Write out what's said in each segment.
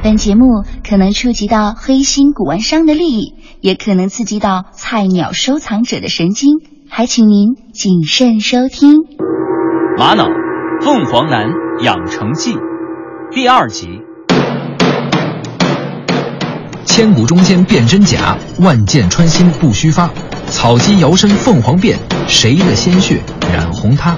本节目可能触及到黑心古玩商的利益，也可能刺激到菜鸟收藏者的神经，还请您谨慎收听。玛瑙，《凤凰男养成记》第二集。千古中间辨真假，万箭穿心不虚发。草鸡摇身凤凰变，谁的鲜血染红它？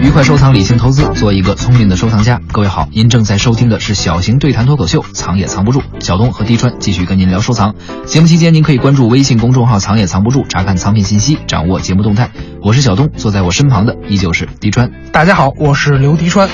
愉快收藏，理性投资，做一个聪明的收藏家。各位好，您正在收听的是小型对谈脱口秀《藏也藏不住》，小东和滴川继续跟您聊收藏。节目期间，您可以关注微信公众号“藏也藏不住”，查看藏品信息，掌握节目动态。我是小东，坐在我身旁的依旧是滴川。大家好，我是刘迪川。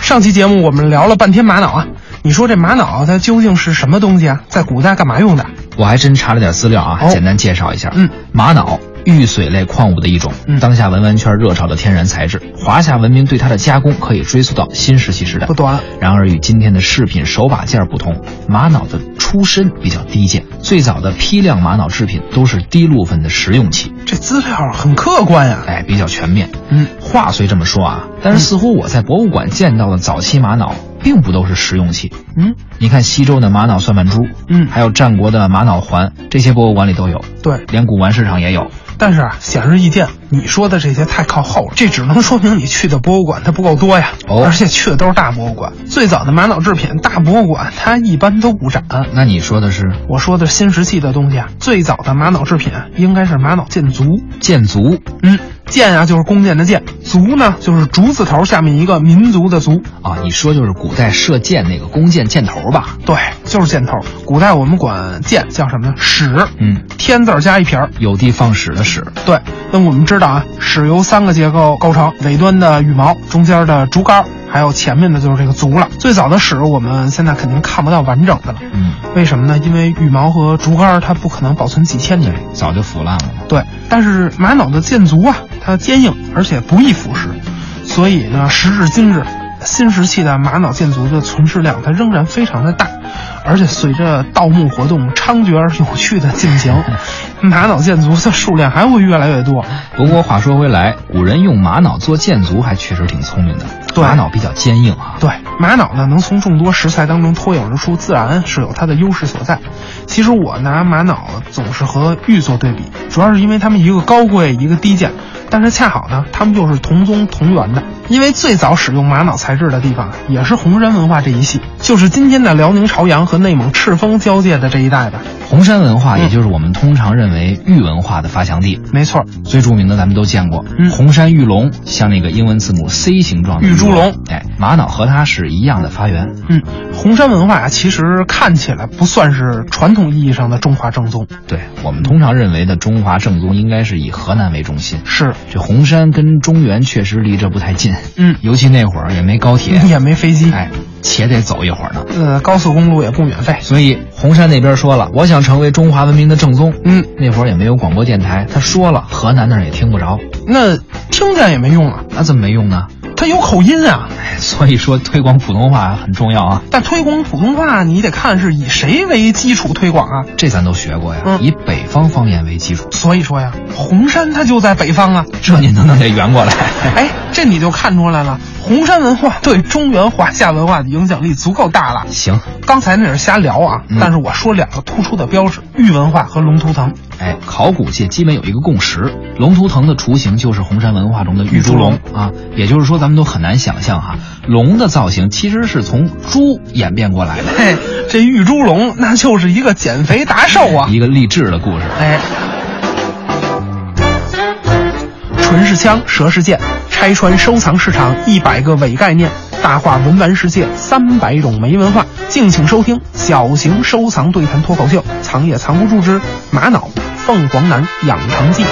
上期节目我们聊了半天玛瑙啊，你说这玛瑙它究竟是什么东西啊？在古代干嘛用的？我还真查了点资料啊，哦简单介绍一下。嗯，玛瑙。玉髓类矿物的一种，嗯当下文玩圈热炒的天然材质。华夏文明对它的加工可以追溯到新石器时代，不短。然而与今天的饰品手把件儿不同，玛瑙的出身比较低贱，最早的批量玛瑙制品都是低路分的实用器，这资料很客观啊呀、哎，比较全面。嗯，话虽这么说啊，但是似乎我在博物馆见到的早期玛瑙并不都是实用器。嗯，你看西周的玛瑙算盘珠，嗯还有战国的玛瑙环，这些博物馆里都有，对。连古玩市场也有。但是啊，显而易见，你说的这些太靠后了，这只能说明你去的博物馆它不够多呀。哦而且去的都是大博物馆，最早的玛瑙制品大博物馆它一般都不展。那你说的是我说的新石器的东西啊，最早的玛瑙制品啊应该是玛瑙箭足。剑足？嗯，箭啊就是弓箭的箭，足呢就是竹字头下面一个民族的族，啊，你说就是古代射箭那个弓箭箭头吧？对，就是箭头。古代我们管箭叫什么呢？矢，嗯，天字儿加一撇儿。有的放矢的矢。对，那我们知道啊，矢由三个结构构成：尾端的羽毛，中间的竹竿，还有前面的就是这个足了。最早的矢我们现在肯定看不到完整的了，嗯，为什么呢？因为羽毛和竹竿它不可能保存几千年。早就腐烂了嘛。对，但是玛瑙的箭足啊，它坚硬而且不易腐蚀，所以呢，时至今日，新石器的玛瑙箭足的存世量它仍然非常的大，而且随着盗墓活动猖獗而有序的进行，玛瑙箭足的数量还会越来越多。不过话说回来，古人用玛瑙做箭足还确实挺聪明的。对玛瑙比较坚硬啊。对，玛瑙呢能从众多食材当中脱颖而出，自然是有它的优势所在。其实我拿玛瑙总是和玉做对比，主要是因为它们一个高贵，一个低贱，但是恰好呢，它们又是同宗同源的。因为最早使用玛瑙材质的地方啊也是红山文化这一系，就是今天的辽宁朝阳和内蒙赤峰交界的这一带吧。红山文化，嗯也就是我们通常认为玉文化的发祥地，没错，最著名的咱们都见过，嗯红山玉龙，像那个英文字母 C 形状的玉猪龙，哎，玛瑙和它是一样的发源。嗯，红山文化其实看起来不算是传统意义上的中华正宗，对我们通常认为的中华正宗应该是以河南为中心，是这红山跟中原确实离这不太近，嗯尤其那会儿也没高铁，也没飞机，哎，且得走一会儿呢。呃，高速公路也不免费。所以红山那边说了，我想成为中华文明的正宗。嗯，那会儿也没有广播电台，他说了，河南那儿也听不着，那听见也没用啊，那怎么没用呢？它有口音啊。哎所以说推广普通话很重要啊，但推广普通话，你得看是以谁为基础推广啊。这咱都学过呀，嗯以北方方言为基础，所以说呀，红山它就在北方啊。这您都能给圆过来。哎，这你就看出来了，红山文化对中原华夏文化的影响力足够大了。行，刚才那是瞎聊啊，嗯但是我说两个突出的标志：玉文化和龙图腾。哎，考古界基本有一个共识，龙图腾的雏形就是红山文化中的玉猪龙玉啊，也就是说咱们都很难想象哈、龙的造型其实是从猪演变过来的，嘿，这玉猪龙那就是一个减肥达瘦啊。一个励志的故事。哎，唇是枪，舌是剑，拆穿收藏市场一百个伪概念，大话文玩世界三百种没文化。敬请收听小型收藏对谈脱口秀，《藏也藏不住之玛瑙凤凰男养成记》。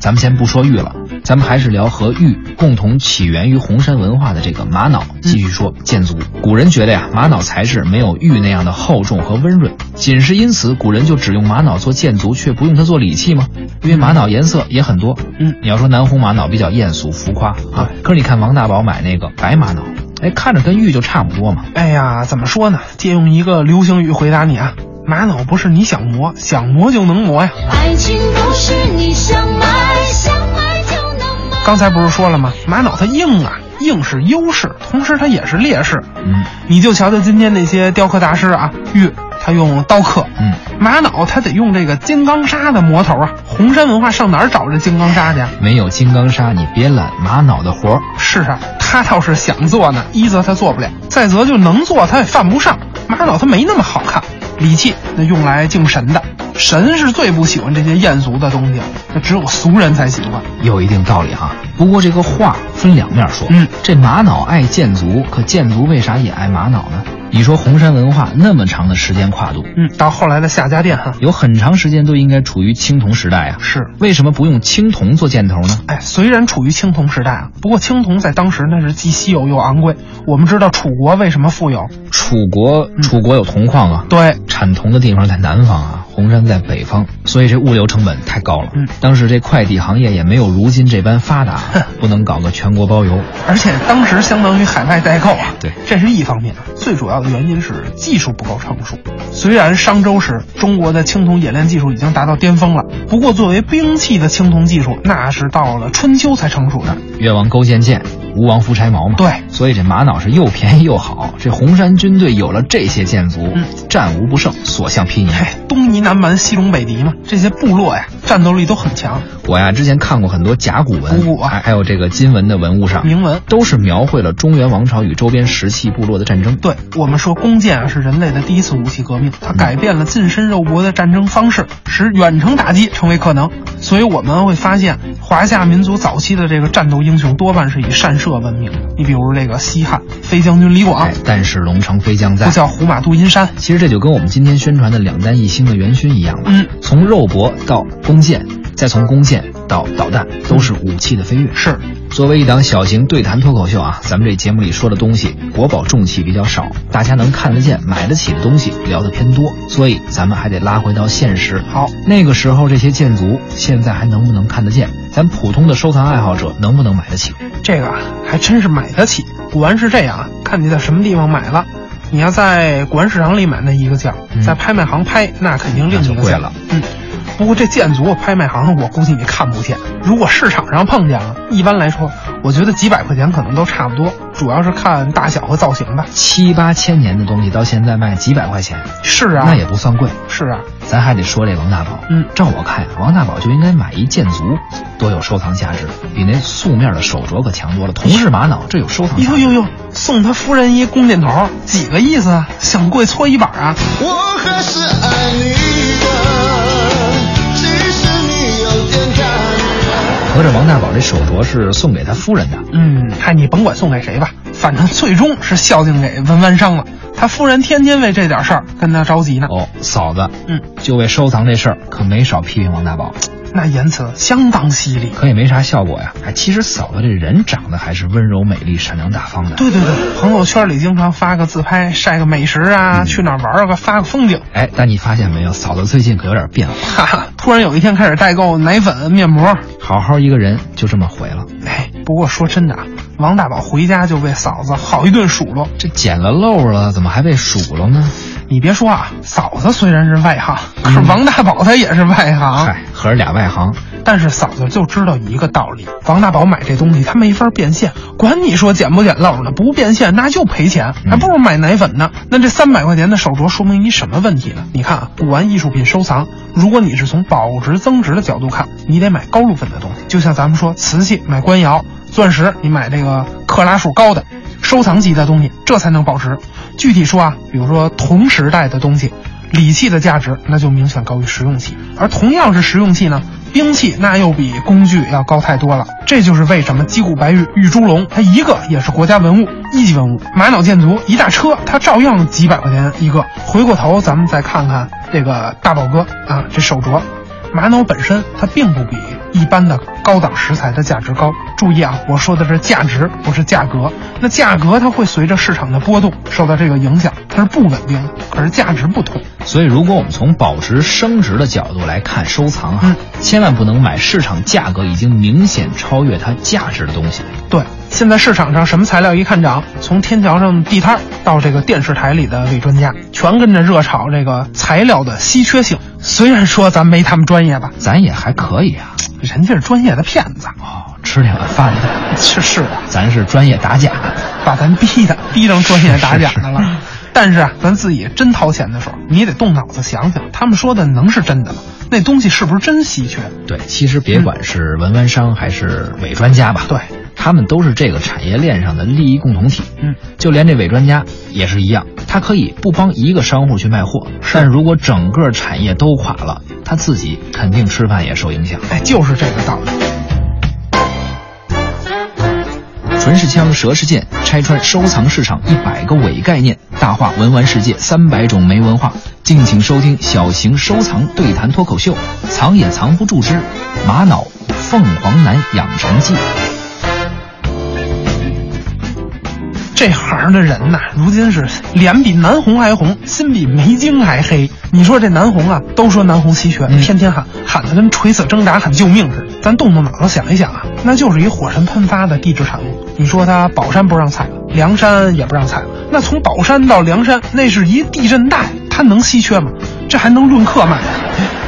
咱们先不说玉了，咱们还是聊和玉共同起源于红山文化的这个玛瑙。继续说建筑，古人觉得呀，玛瑙材质没有玉那样的厚重和温润，仅是因此，古人就只用玛瑙做建筑，却不用它做礼器吗？因为玛瑙颜色也很多。嗯你要说南红玛瑙比较艳俗浮夸啊，可是你看王大宝买那个白玛瑙，哎，看着跟玉就差不多嘛。哎呀，怎么说呢？借用一个流行语回答你啊，玛瑙不是你想磨，想磨就能磨呀。爱情不是你想买，想买就能买。刚才不是说了吗？玛瑙它硬啊，硬是优势，同时它也是劣势。嗯你就瞧瞧今天那些雕刻大师啊，玉他用刀刻，嗯，玛瑙他得用这个金刚砂的磨头啊。红山文化上哪儿找这金刚砂去啊？没有金刚砂，你别揽玛瑙的活儿。是啊，他倒是想做呢，一则他做不了，再则就能做他也犯不上。玛瑙它没那么好看，礼器那用来敬神的，神是最不喜欢这些艳俗的东西，那只有俗人才喜欢。有一定道理哈。不过这个话分两面说，嗯，这玛瑙爱建筑，可建筑为啥也爱玛瑙呢？你说红山文化那么长的时间跨度，嗯，到后来的夏家店哈，有很长时间都应该处于青铜时代啊，是为什么不用青铜做箭头呢？哎，虽然处于青铜时代啊，不过青铜在当时那是既稀有又昂贵。我们知道楚国为什么富有，楚国，嗯楚国有铜矿啊，对，产铜的地方在南方啊，红山在北方，所以这物流成本太高了。嗯当时这快递行业也没有如今这般发 达，不能搞个全国包邮。而且当时相当于海外代购啊。对这是一方面，最主要的原因是技术不够成熟。虽然商周时中国的青铜冶炼技术已经达到巅峰了，不过作为兵器的青铜技术，那是到了春秋才成熟的。越王勾践剑，吴王夫差矛嘛。对所以这玛瑙是又便宜又好。这红山军队有了这些箭卒，嗯战无不胜，所向披靡。哎，东夷南蛮、西戎北狄嘛，这些部落呀，战斗力都很强。我呀，之前看过很多甲骨文，古啊还还有这个金文的文物上，铭文都是描绘了中原王朝与周边石器部落的战争。对我们说，弓箭啊是人类的第一次武器革命，它改变了近身肉搏的战争方式，使远程打击成为可能。所以我们会发现，华夏民族早期的这个战斗英雄多半是以善射闻名。你比如这个西汉飞将军李广哎，，但是龙城飞将啊不在。叫胡马度阴山，其实这就跟我们今天宣传的两弹一星的元勋一样了。嗯，从肉搏到弓箭，再从弓箭到导弹，都是武器的飞跃。是作为一档小型对谈脱口秀啊，咱们这节目里说的东西国宝重器比较少，大家能看得见、买得起的东西聊得偏多，所以咱们还得拉回到现实。好，那个时候这些建筑现在还能不能看得见？咱普通的收藏爱好者能不能买得起？这个啊，还真是买得起。古玩是这样啊，看你在什么地方买了。你要在古玩市场里买那一个价，嗯在拍卖行拍那肯定另一那个就贵价了。嗯，不过这建筑拍卖行上我估计你看不见。如果市场上碰见了，一般来说，我觉得几百块钱可能都差不多，主要是看大小和造型吧。七八千年的东西到现在卖几百块钱，是啊，那也不算贵。是啊，咱还得说这王大宝，嗯照我看，王大宝就应该买一箭足，多有收藏价值，比那素面的手镯可强多了。同是玛瑙，这有收藏价值。哟哟哟，送他夫人一弓箭头，几个意思啊？想跪搓衣板啊？我还是爱你的，只是你有点干。合着王大宝这手镯是送给他夫人的，嗯，嗨，你甭管送给谁吧，反正最终是孝敬给文玩商了。他夫人天天为这点事儿跟他着急呢。哦，嫂子，嗯，就为收藏这事儿可没少批评王大宝，那言辞相当犀利。可也没啥效果呀。哎，其实嫂子这人长得还是温柔美丽、善良大方的。对对对，朋友圈里经常发个自拍，晒个美食嗯啊，去哪儿玩儿个，发个风景。哎，但你发现没有，嫂子最近可有点变化，哈哈，突然有一天开始代购奶粉、面膜。好好一个人就这么毁了。哎，不过说真的啊，王大宝回家就被嫂子好一顿数落。这捡了漏了，怎么还被数了呢？你别说啊，嫂子虽然是外行，可是王大宝他也是外行。嗯嗨，合着俩外行。但是嫂子就知道一个道理：王大宝买这东西他没法变现，管你说捡不捡漏呢，不变现那就赔钱，嗯还不如买奶粉呢。那这三百块钱的手镯说明你什么问题呢？你看啊，古玩艺术品收藏，如果你是从保值增值的角度看，你得买高入本的东西，就像咱们说瓷器买官窑，钻石你买这个克拉数高的。收藏级的东西，这才能保值。具体说啊，比如说同时代的东西，礼器的价值那就明显高于实用器，而同样是实用器呢，兵器那又比工具要高太多了。这就是为什么击鼓白玉、玉猪龙，它一个也是国家文物、一级文物；玛瑙箭足一大车，它照样几百块钱一个。回过头，咱们再看看这个大宝哥啊，这手镯，玛瑙本身它并不比一般的高档食材的价值高。注意啊，我说的是价值，不是价格。那价格它会随着市场的波动受到这个影响，它是不稳定的。可是价值不同，所以，如果我们从保值升值的角度来看收藏哈，嗯千万不能买市场价格已经明显超越它价值的东西。对，现在市场上什么材料一看涨，从天桥上地摊儿到这个电视台里的伪专家，全跟着热炒这个材料的稀缺性。虽然说咱没他们专业吧，咱也还可以啊，人家是专业的骗子，哦，吃两个饭 的，是是啊，咱是专业打假。把咱逼的逼成专业打假的了。是是 但是啊，咱自己真掏钱的时候，你也得动脑子想想，他们说的能是真的吗？那东西是不是真稀缺？对，其实别管是文玩商还是伪专家吧，对，他们都是这个产业链上的利益共同体。嗯，就连这伪专家也是一样，他可以不帮一个商户去卖货，但如果整个产业都垮了，他自己肯定吃饭也受影响。哎，就是这个道理。纯是枪，蛇是剑，拆穿收藏市场一百个伪概念，大话文玩世界三百种没文化。敬请收听小型收藏对谈脱口秀，《藏也藏不住之玛瑙凤凰男养成记》。这行的人呐、如今是脸比南红还红，心比煤晶还黑。你说这南红啊，都说南红稀缺，嗯天天喊喊的跟垂死挣扎喊救命似的。咱动动脑子想一想啊，那就是一火山喷发的地质产物。你说它宝山不让采，梁山也不让采，那从宝山到梁山，那是一地震带，它能稀缺吗？这还能论克卖？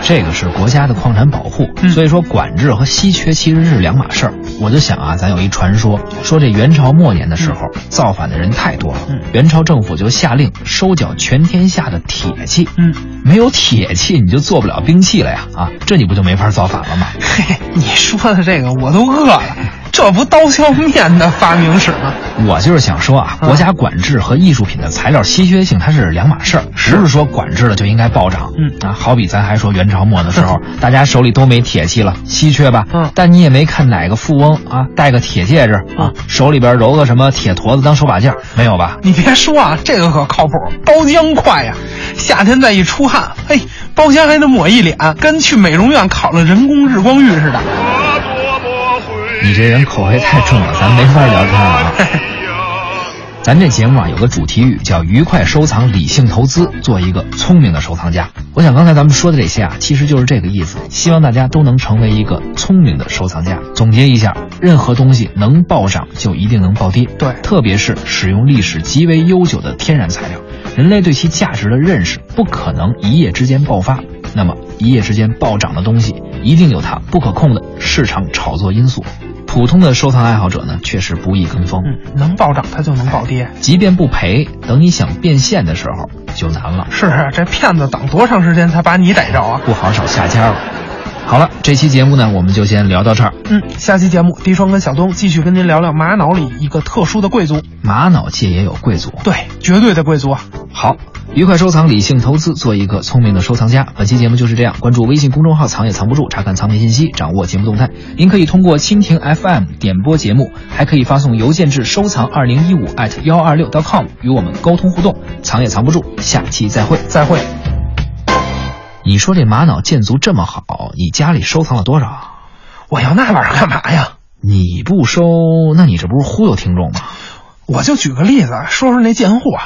这个是国家的矿产保护，嗯所以说管制和稀缺其实是两码事儿。我就想啊，咱有一传说，说这元朝末年的时候，造反的人太多了，嗯元朝政府就下令收缴全天下的铁器。嗯，没有铁器你就做不了兵器了呀！啊，这你不就没法造反了吗？嘿，你说的这个我都饿了，这不刀削面的发明史吗？我就是想说啊，嗯国家管制和艺术品的材料稀缺性它是两码事儿，不是说管制了就应该暴涨。嗯啊，好比咱还说元朝末的时 候，大家手里都没铁器了，稀缺吧？嗯但你也没看哪个富翁啊戴个铁戒指啊嗯，手里边揉个什么铁坨子当手把件儿，没有吧？你别说啊，这个可靠谱，包浆快呀！夏天再一出汗，嘿，包浆还得抹一脸，跟去美容院烤了人工日光浴似的。你这人口味太重了，咱没法聊天了 啊。咱这节目啊有个主题语叫“愉快收藏，理性投资”，做一个聪明的收藏家。我想刚才咱们说的这些啊，其实就是这个意思。希望大家都能成为一个聪明的收藏家。总结一下，任何东西能暴涨就一定能暴跌，对特别是使用历史极为悠久的天然材料，人类对其价值的认识不可能一夜之间爆发。那么一夜之间暴涨的东西，一定有它不可控的市场炒作因素。普通的收藏爱好者呢，确实不易跟风。嗯，能暴涨它就能暴跌。即便不赔，等你想变现的时候就难了，是啊，这骗子等多长时间才把你逮着啊？不好找下家了。好了，这期节目呢，我们就先聊到这儿。嗯，下期节目，低双跟小东继续跟您聊聊玛瑙里一个特殊的贵族，玛瑙界也有贵族。对，绝对的贵族啊。好，愉快收藏，理性投资，做一个聪明的收藏家。本期节目就是这样，关注微信公众号“藏也藏不住”，查看藏品信息，掌握节目动态。您可以通过蜻蜓 FM 点播节目，还可以发送邮件至收藏二零一五艾特幺二六 .com 与我们沟通互动。藏也藏不住，下期再会。再会。你说这玛瑙建族这么好，你家里收藏了多少？我要那玩意儿干嘛呀？你不收，那你这不是忽悠听众吗？我就举个例子，说说那贱货啊。